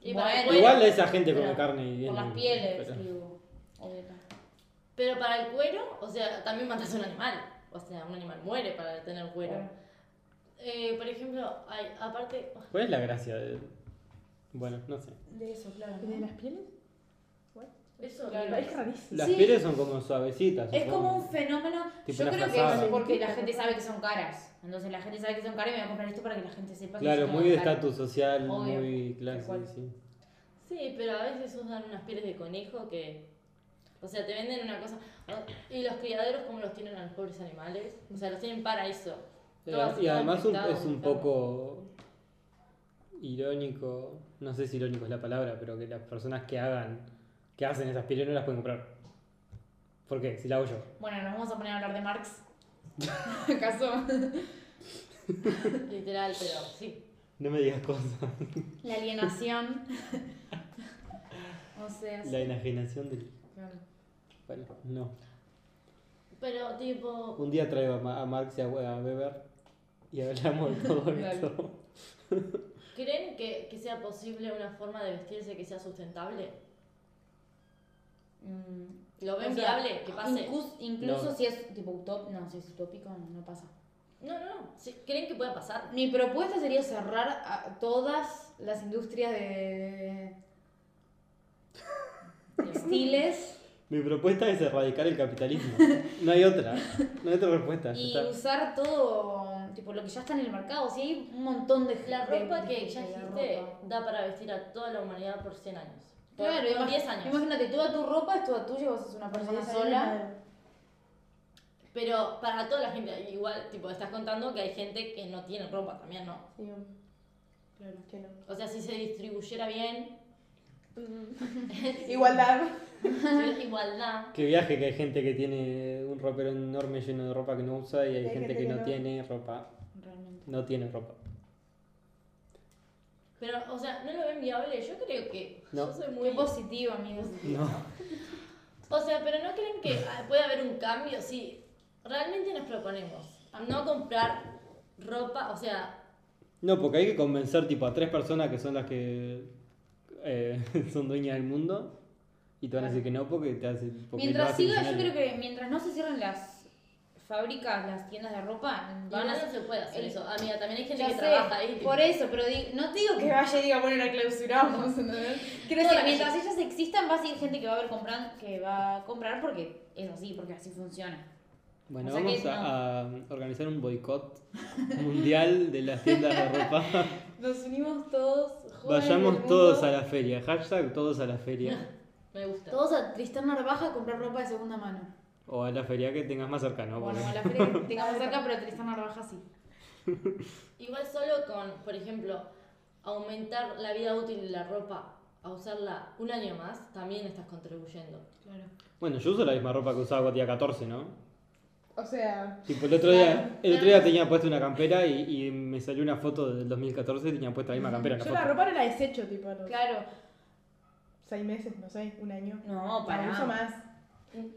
Y para el
Bueno,
cuero-
Igual esa gente come
pero
carne y
Por las
no-
pieles,
pero-
digo. obvio.
Pero para el cuero, o sea, también matas a un animal. O sea, un animal muere para tener cuero.
Ah,
Eh, por ejemplo, hay, aparte. oh,
¿Cuál es la gracia de.? Bueno, no sé.
De eso, claro.
¿De las pieles?
Eso,
Claro.
Es rarísimo.
Las
Sí.
pieles son como suavecitas.
Es
supongo.
como un fenómeno.
Tipo
yo
una
creo
frazada.
que es porque la gente sabe que son caras. Entonces la gente sabe que son caras y me voy a comprar esto para que la gente sepa que
Claro,
son
muy de
caras.
estatus social,
Obvio,
muy
tal
clase,
cual.
sí.
Sí, pero a veces usan unas pieles de conejo que. O sea, te venden una cosa. oh, Y los criaderos, ¿cómo los tienen a los pobres animales? O sea, los tienen para eso.
Eh,
Todas-
y
todas
además un-
infectadas,
es un
enfermas.
poco irónico, no sé si irónico es la palabra, pero que las personas que hagan, que hacen esas pieles no las pueden comprar. ¿Por qué? Si la hago yo.
<laughs> Bueno, nos vamos a poner a hablar de Marx. ¿Acaso?
Literal, pero sí.
No me digas cosas.
La alienación. <laughs> o sea, sí.
La enajenación del.
Claro.
Bueno, no.
Pero tipo,
Un día traigo a, Ma- a Marx y a, a Weber y hablamos <laughs> de todo
Dale.
esto.
¿creen que, que sea posible una forma de vestirse que sea sustentable?
Mm,
¿Lo ven
o sea,
viable? Que pase.
inclus- incluso
No.
si es tipo utop- no, si es utópico, no, no pasa.
No, no, no. Sí, ¿Creen que pueda pasar?
Mi propuesta sería cerrar a todas las industrias de <laughs> textiles
Mi propuesta es erradicar el capitalismo. No hay otra. No hay otra respuesta. ya
y
está.
usar todo tipo lo que ya está en el mercado. Si hay un montón de
La
de-
ropa
de-
que ya
de la
existe
ropa.
da para vestir a toda la humanidad por 100 años. Por,
Claro,
por
imag-
10 años.
Imagínate, toda tu ropa es toda tuya, vos sos una persona sola.
Pero para toda la gente, igual, tipo, estás contando que hay gente que no tiene ropa también, ¿no?
Sí,
Claro.
que no.
O sea, si se distribuyera bien, <laughs>
Mm.
Igualdad.
si igualdad.
Qué viaje que hay gente que tiene un ropero enorme lleno de ropa que no usa y hay, gente, que, no tiene ropa.
Realmente.
No tiene ropa.
Pero, o sea, no lo ven viable. Yo creo que.
No.
Yo soy
Muy
muy.
positivo, amigos.
No.
O sea, pero no creen que ah, puede haber un cambio si realmente nos proponemos a no comprar ropa, o sea,
No, porque hay que convencer tipo a tres personas que son las que eh, <laughs> son dueñas del mundo y te van a decir que no porque te hacen. porque lo
Mientras
hacen
siga, yo
millonario.
creo que mientras no se cierren las fábricas, las tiendas de ropa, van
igual
a
no se puede hacer
el-
eso. Amiga, también hay gente
Ya
que
sé,
trabaja ahí.
Por eso, pero di- no te digo que vaya y diga, bueno, la clausuramos, <laughs> ¿entendés? Quiero
Toda
decir,
la
mientras ellas existan, va a seguir gente que va a, ver compran, que va a comprar porque es así, porque así funciona.
Bueno,
O sea que
vamos a, a organizar un boicot <laughs> mundial de las tiendas de
<laughs>
ropa.
Nos unimos todos, jóvenes del
Vayamos
mundo,
todos a la feria. Hashtag todos a la feria.
<laughs> Me gusta.
Todos a Tristán Narvaja a comprar ropa de segunda mano.
O a la feria que tengas más cercano.
Bueno,
porque-
a la
<laughs>
feria que tengamos cerca, pero Tristán Narvaja sí.
Igual solo con, por ejemplo, aumentar la vida útil de la ropa a usarla un año más, también estás contribuyendo.
Claro.
Bueno, yo uso la misma ropa que usaba cuando tenía 14, ¿no?
O sea,
Tipo, el otro día, el otro día tenía puesta una campera y, y me salió una foto del 2014 y tenía puesta la misma campera. en
yo la
foto.
ropa no la desecho, tipo, a los
Claro.
seis meses, no sé, un año.
No, para
La uso más.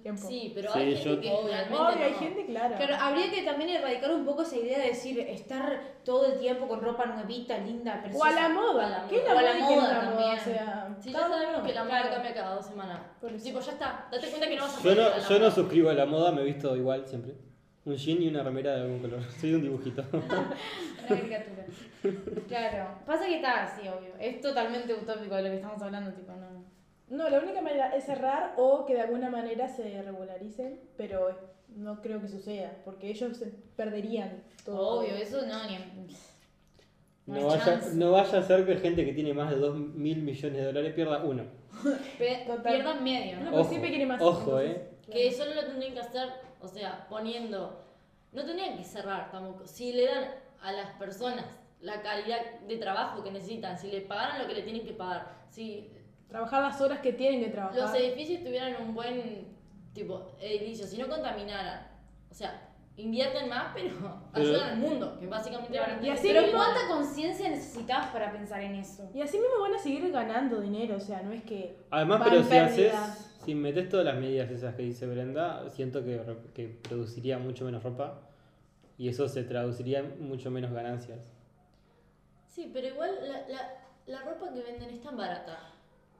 Tiempo.
Sí, pero
Sí,
hay gente
yo-
que
Obvio,
realmente
Obvio, hay
no.
gente, claro.
Claro, habría que también erradicar un poco esa idea de decir estar todo el tiempo con ropa nuevita, linda,
O a
preciosa. <laughs>
la
a la
moda. ¿Qué es la
moda. O a la
moda? y qué no es moda?
moda también.
O sea,
Si ya
cada
sabemos
uno.
que la moda
Claro.
cambia cada dos semanas.
Por eso.
Tipo, ya está. Date cuenta que no vas a
Yo
salir a la
no, yo no
moda.
suscribo a la moda, me he visto igual siempre. Un jean y una remera de algún color. <laughs> Soy un dibujito.
Una caricatura. Claro. Pasa que está así, obvio. Es totalmente utópico de lo que estamos hablando, tipo, no.
No, la única manera es cerrar o que de alguna manera se regularicen, pero no creo que suceda, porque ellos se perderían todo.
Obvio, eso no, ni. en-
No
hay
vaya,
chance.
no vaya a ser que gente que tiene más de 2 mil millones de dólares pierda uno.
Pe-
Total.
Pierdan medio.
No,
¿no?
porque
Ojo,
pues siempre quiere más.
ojo, eh.
entonces,
Que solo lo tendrían que hacer, o sea, poniendo. No tendrían que cerrar tampoco. Si le dan a las personas la calidad de trabajo que necesitan, si le pagaran lo que le tienen que pagar, si
Trabajar las horas que tienen que trabajar.
los edificios tuvieran un buen tipo edificio, si no contaminaran, o sea, invierten más, pero, <laughs>
Pero-
ayudan al mundo, que básicamente van a
Y así
Pero
mismo-
¿cuánta conciencia necesitabas para pensar en eso?
Y así mismo van a seguir ganando dinero, o sea, no es que.
Además,
van
pero si haces,
pérdida.
si metes todas las medidas esas que dice Brenda, siento que, re- que produciría mucho menos ropa y eso se traduciría en mucho menos ganancias.
Sí, pero igual la, la, la ropa que venden es tan barata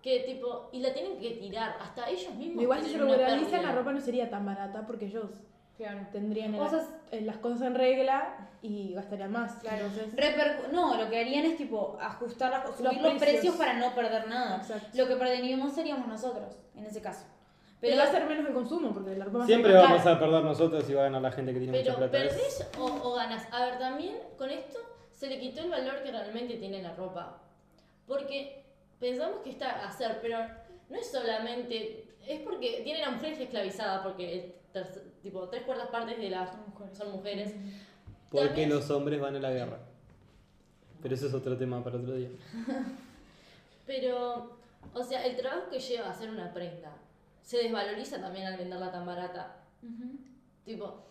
que tipo y la tienen que tirar hasta ellos mismos.
Igual si se
tienen una
regularizan,
pérdida.
la ropa no sería tan barata porque ellos
Claro.
tendrían
O sea,
eh, las cosas en regla y gastarían más.
Claro.
Entonces,
Repercu- no, lo que harían es tipo ajustar, las- subir los, precios.
precios.
para no perder nada.
Exacto.
Lo que perderíamos seríamos nosotros, en ese caso.
pero
Pero
va a ser menos el consumo porque la ropa va a ser
Siempre
más
vamos
cara.
a perder nosotros y va a ganar la gente que tiene
Pero
mucha plata. Es-
perdés o, o ganas. A ver, también con esto se le quitó el valor que realmente tiene la ropa. Porque pensamos que está a hacer, pero no es solamente. Es porque tienen a mujeres esclavizadas, porque el tercer- tipo, tres cuartas partes de las
Son mujeres.
son mujeres.
porque
también-
los hombres van a la guerra. Pero eso es otro tema para otro día.
Pero, o sea, el trabajo que lleva a hacer una prenda se desvaloriza también al venderla tan barata.
Ujú.
Tipo,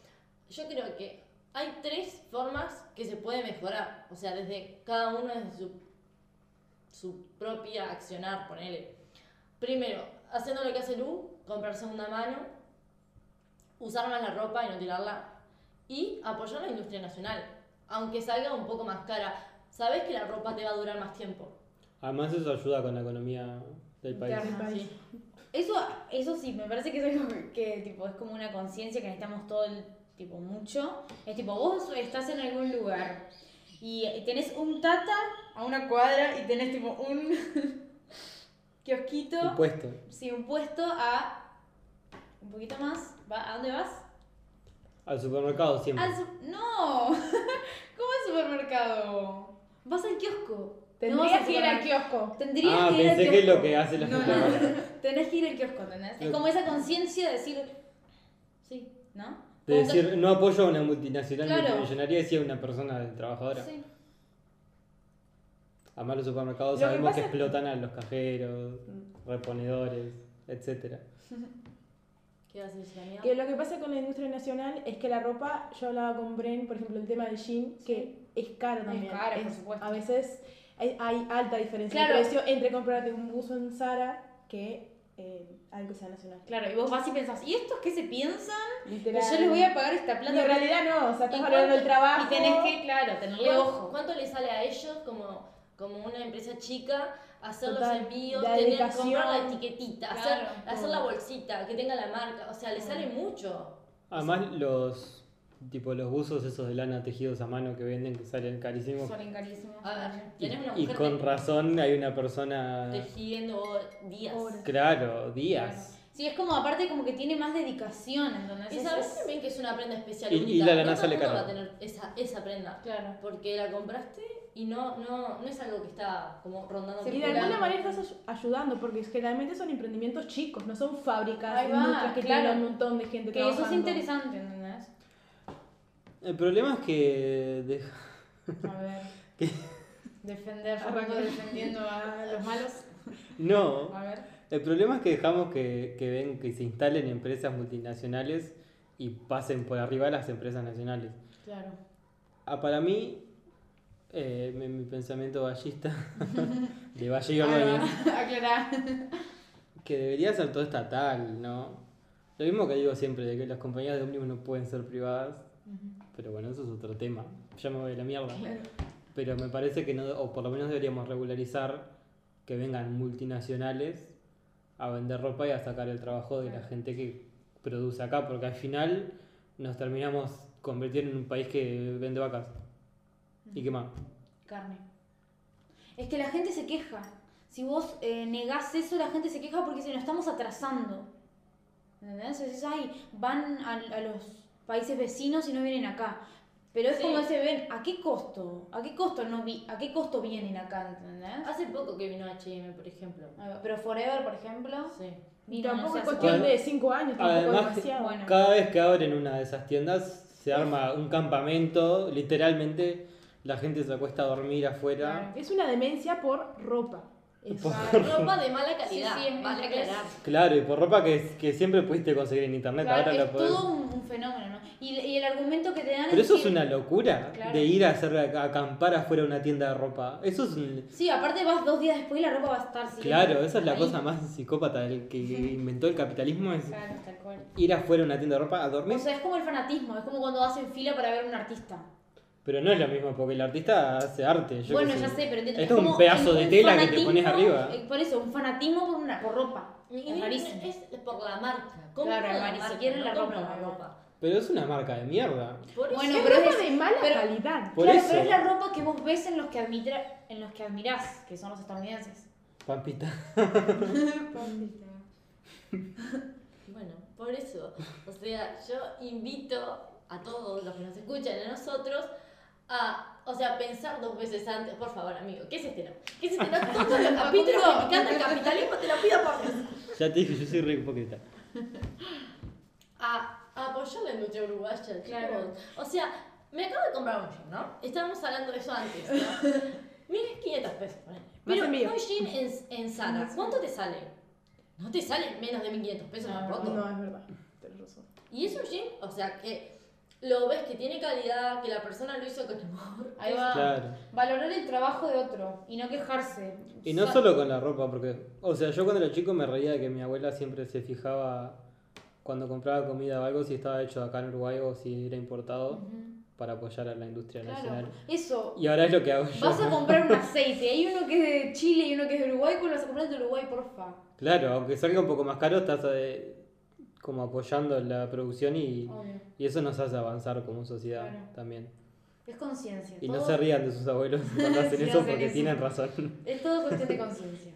yo creo que hay tres formas que se puede mejorar. O sea, desde cada uno desde su, su propia accionar, ponele. Primero, haciendo lo que hace Lu, comprar segunda mano, usar más la ropa y no tirarla. Y apoyar la industria nacional, aunque salga un poco más cara. Sabes que la ropa te va a durar más tiempo.
Además eso ayuda con la economía del país.
Del
Ajá,
país.
sí.
Eso, eso sí, me parece que es algo que tipo, es como una conciencia que necesitamos todo el tipo mucho. Es tipo, vos estás en algún lugar y tenés un tata a una cuadra y tenés tipo un <laughs> kiosquito,
Impuesto.
sí, un puesto a un poquito más. ¿Va? ¿A dónde vas?
Al supermercado siempre.
Al su- ¡No! <laughs> ¿Cómo al supermercado? Vas al kiosco. No vas
Tendrías que ir al
supermercado.
kiosco.
Tendrías
Ah,
que ir al
pensé que es lo
kiosco.
que hace la
no,
gente
no,
ahora.
no. Tenés que ir al kiosco, ¿entendés? Es
Lo-
como esa conciencia de decir. Sí, ¿no?
De
Como
decir, no apoyo a una multinacional
Claro.
multimillonaria, decía una persona
que-
trabajadora.
Sí.
Además los supermercados
Lo que
sabemos que,
pasa-
explotan a los cajeros, reponedores, etcétera.
¿Qué vas a decir, amiga?
Que lo que pasa con la industria nacional es que la ropa, yo hablaba con Bren, por ejemplo, el tema del jean, que es caro
Es
también.
caro, por supuesto.
A veces hay, hay alta diferencia
Claro.
de precio entre comprarte un buzo en Zara que eh, algo que sea nacional.
Claro, y vos vas y pensás, ¿y estos qué se piensan?
Literal.
Yo les voy a pagar esta plata.
En realidad no, o sea,
¿Y
estás valorando el
cuánto-
trabajo.
Y tenés que, claro, tenerle
¿Cuánto-
ojo.
¿Cuánto le sale a ellos como, como una empresa chica hacer
Total,
los envíos,
la
tener,
dedicación.
comprar la etiquetita, hacer,
Claro,
hacer
todo.
la bolsita, que tenga la marca? O sea, le sale mucho.
Además los tipo los buzos esos de lana tejidos a mano que venden que salen carísimos.
Salen carísimos.
A ver,
Y,
tenés una
y
mujer
con
te-
razón hay una persona
tejiendo días.
Horas.
claro, días.
Sí, es como, aparte, como que tiene más dedicación, ¿entendés?
Y
Es-
sabes
es-
también que es una prenda especial.
Y- y
única.
la
no
lana
todo el
sale
mundo
cara.
va a tener esa, esa prenda.
Claro.
Porque la compraste y no, no, no es algo que está como rondando.
Sí,
por
Y de
todos
alguna
lados.
manera estás ay- ayudando, porque generalmente son emprendimientos chicos, no son fábricas,
Ahí va,
industrias que
claro.
tienen un montón de gente
Que eso es
trabajando.
interesante, ¿entendés?
El problema es que deja-
A ver. Defender, yo vengo defendiendo a los malos.
no,
A ver.
El problema es que dejamos que, que ven que se instalen empresas multinacionales y pasen por arriba de las empresas nacionales.
Claro.
Ah, para mí, eh, mi, mi pensamiento ballista de Valle y Ordóñez,
<laughs> Aclará.
que debería ser todo estatal, ¿no? Lo mismo que digo siempre, de que las compañías de ómnibus no pueden ser privadas, pero bueno, eso es otro tema. Ya me voy a la mierda. Pero me parece que no, o por lo menos deberíamos regularizar que vengan multinacionales a vender ropa y a sacar el trabajo de la gente que produce acá, porque al final nos terminamos convirtiendo en un país que vende vacas. ¿Y qué más?
Carne. Es que la gente se queja. Si vos eh, negás eso, la gente se queja porque se nos estamos atrasando. ¿Entendés? Decís, ay, van a, a los países vecinos y no vienen acá. Pero es
Sí.
como ese ven, ¿a qué costo? ¿A qué costo no vi a qué costo vienen acá, ¿entendés?
Hace poco que vino H&M, por ejemplo.
Pero Forever, por
Ah.
ejemplo,
Sí.
Y
vino,
tampoco
no sé,
es
hace
cuestión
poco.
de 5 años, tampoco es
Además,
demasiado.
bueno.
Cada vez que abren una de esas tiendas se arma un campamento, literalmente la gente se acuesta a dormir afuera.
Es una demencia por ropa. Es-
Por-
Ropa de mala calidad.
Sí, sí, es
vale
verdad.
aclarar.
Claro, y por ropa que, que siempre pudiste conseguir en internet,
Claro,
ahora
es
lo podés.
todo un, un fenómeno, ¿no? Y, y el argumento que te dan
Pero eso es
que-
una locura
Claro.
de ir a hacer a acampar afuera de una tienda de ropa. Eso es un-
Sí, aparte vas dos días después y la ropa va a estar siguiendo
claro, esa es la
ahí.
cosa más psicópata del que inventó el capitalismo es
Claro, tal cual.
ir afuera de una tienda de ropa a dormir,
O sea, es como el fanatismo, es como cuando hacen fila para ver a un artista.
pero no es lo mismo porque el artista hace arte. yo
bueno,
qué
ya sé, pero entiendo.
Esto es un pedazo de tela que te pones arriba.
por eso, un fanatismo por, una, por ropa.
Y
Es
no-
rarísimo.
Es por la marca. Compra
Claro,
la
ni
marca,
siquiera
no
la
compra
ropa,
la
¿no?
ropa.
Pero es una marca de mierda.
Por
Bueno,
eso-
es
pero
ropa
es-
de mala
pero-
calidad. <laughs>
Por
claro,
eso,
pero es la ropa que vos ves en los que, admira, en los que admirás, que son los estadounidenses.
papita.
<laughs>
<laughs>
Bueno, por eso. O sea, yo invito a todos los que nos escuchan, a nosotros, a, o sea, pensar dos veces antes. Por favor, amigo, ¿qué es este no? ¿Qué es este no?
<laughs>
Todos los capítulos que me encanta el capitalismo, te lo pido por Dios.
Ya te dije, yo soy re hipócrita.
A, a apoyar la industria uruguaya, chicos.
Claro.
O sea, me acabo de comprar un jean, ¿no? Estábamos hablando de eso antes, ¿no?
<laughs>
1500 pesos, ponele. Pero
envío.
un jean en, en Zara, ¿cuánto te sale? No te sale menos de 1500 pesos
No,
tampoco.
No, es verdad. Tenés razón.
Y es un jean, o sea, que lo ves que tiene calidad, que la persona lo hizo con amor.
Ahí
que
va.
Claro.
Valorar el trabajo de otro y no quejarse.
Y no
Sa-
solo con la ropa, porque, o sea, yo cuando era chico me reía de que mi abuela siempre se fijaba cuando compraba comida o algo si estaba hecho acá en Uruguay o si era importado
Ujú,
para apoyar a la industria
Claro,
nacional.
eso.
Y ahora es lo que hago yo.
Vas a comprar un aceite, hay uno que es de Chile y uno que es de Uruguay, ¿cuál vas a comprar el de Uruguay, porfa?
Claro, aunque salga un poco más caro, estás eh, como apoyando la producción y,
Obvio.
y eso nos hace avanzar como sociedad
Claro.
también.
Es conciencia.
Y
todo-
no se rían de sus
<laughs>
abuelos cuando hacen
Sí,
eso
hacen
porque
eso.
tienen razón. <laughs>
Es todo cuestión de conciencia.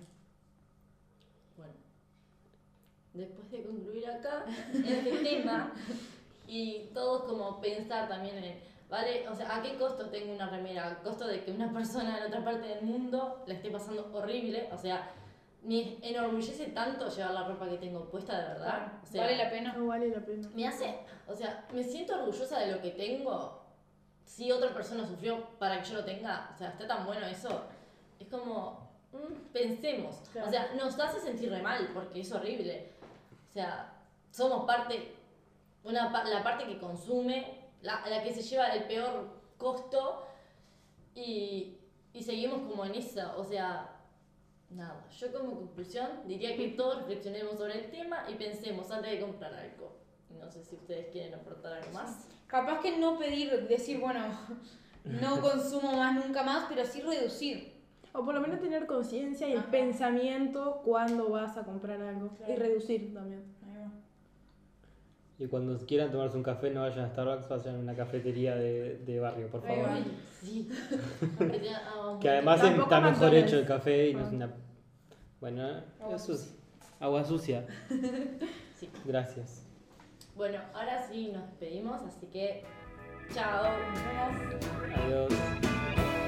Bueno, después de concluir acá este <laughs> tema y todos como pensar también en, ¿vale? O sea, ¿a qué costo tengo una remera? ¿Al costo de que una persona en otra parte del mundo la esté pasando horrible? O sea, me enorgullece tanto llevar la ropa que tengo puesta de verdad. O sea,
¿Vale la pena?
No vale la pena.
me hace, o sea, me siento orgullosa de lo que tengo. Si otra persona sufrió para que yo lo tenga, o sea, está tan bueno eso. Es como, mm, pensemos.
Claro.
O sea, nos hace sentir re mal porque es horrible. O sea, somos parte, una, pa- la parte que consume, la, la que se lleva el peor costo y, y seguimos como en eso. O sea, nada. Yo como conclusión diría que todos reflexionemos sobre el tema y pensemos antes de comprar algo. No sé si ustedes quieren aportar algo más.
Capaz que no pedir, decir, bueno, <laughs> no consumo más nunca más, pero sí reducir.
O por lo menos tener conciencia y el
Ajá.
pensamiento cuando vas a comprar algo.
Claro.
Y reducir también.
Y cuando quieran tomarse un café, no vayan a Starbucks, vayan a una cafetería de, de barrio, por
Ahí
favor.
va.
Sí. Aunque sea, ah,
Que además
Tampoco
está mejor
McDonald's.
hecho el café y no es
Ah.
una. Bueno,
Agua
eso es agua
<laughs>
sucia.
Sí.
Gracias.
Bueno, ahora sí nos despedimos, así que chao.
Nos vemos.
Adiós.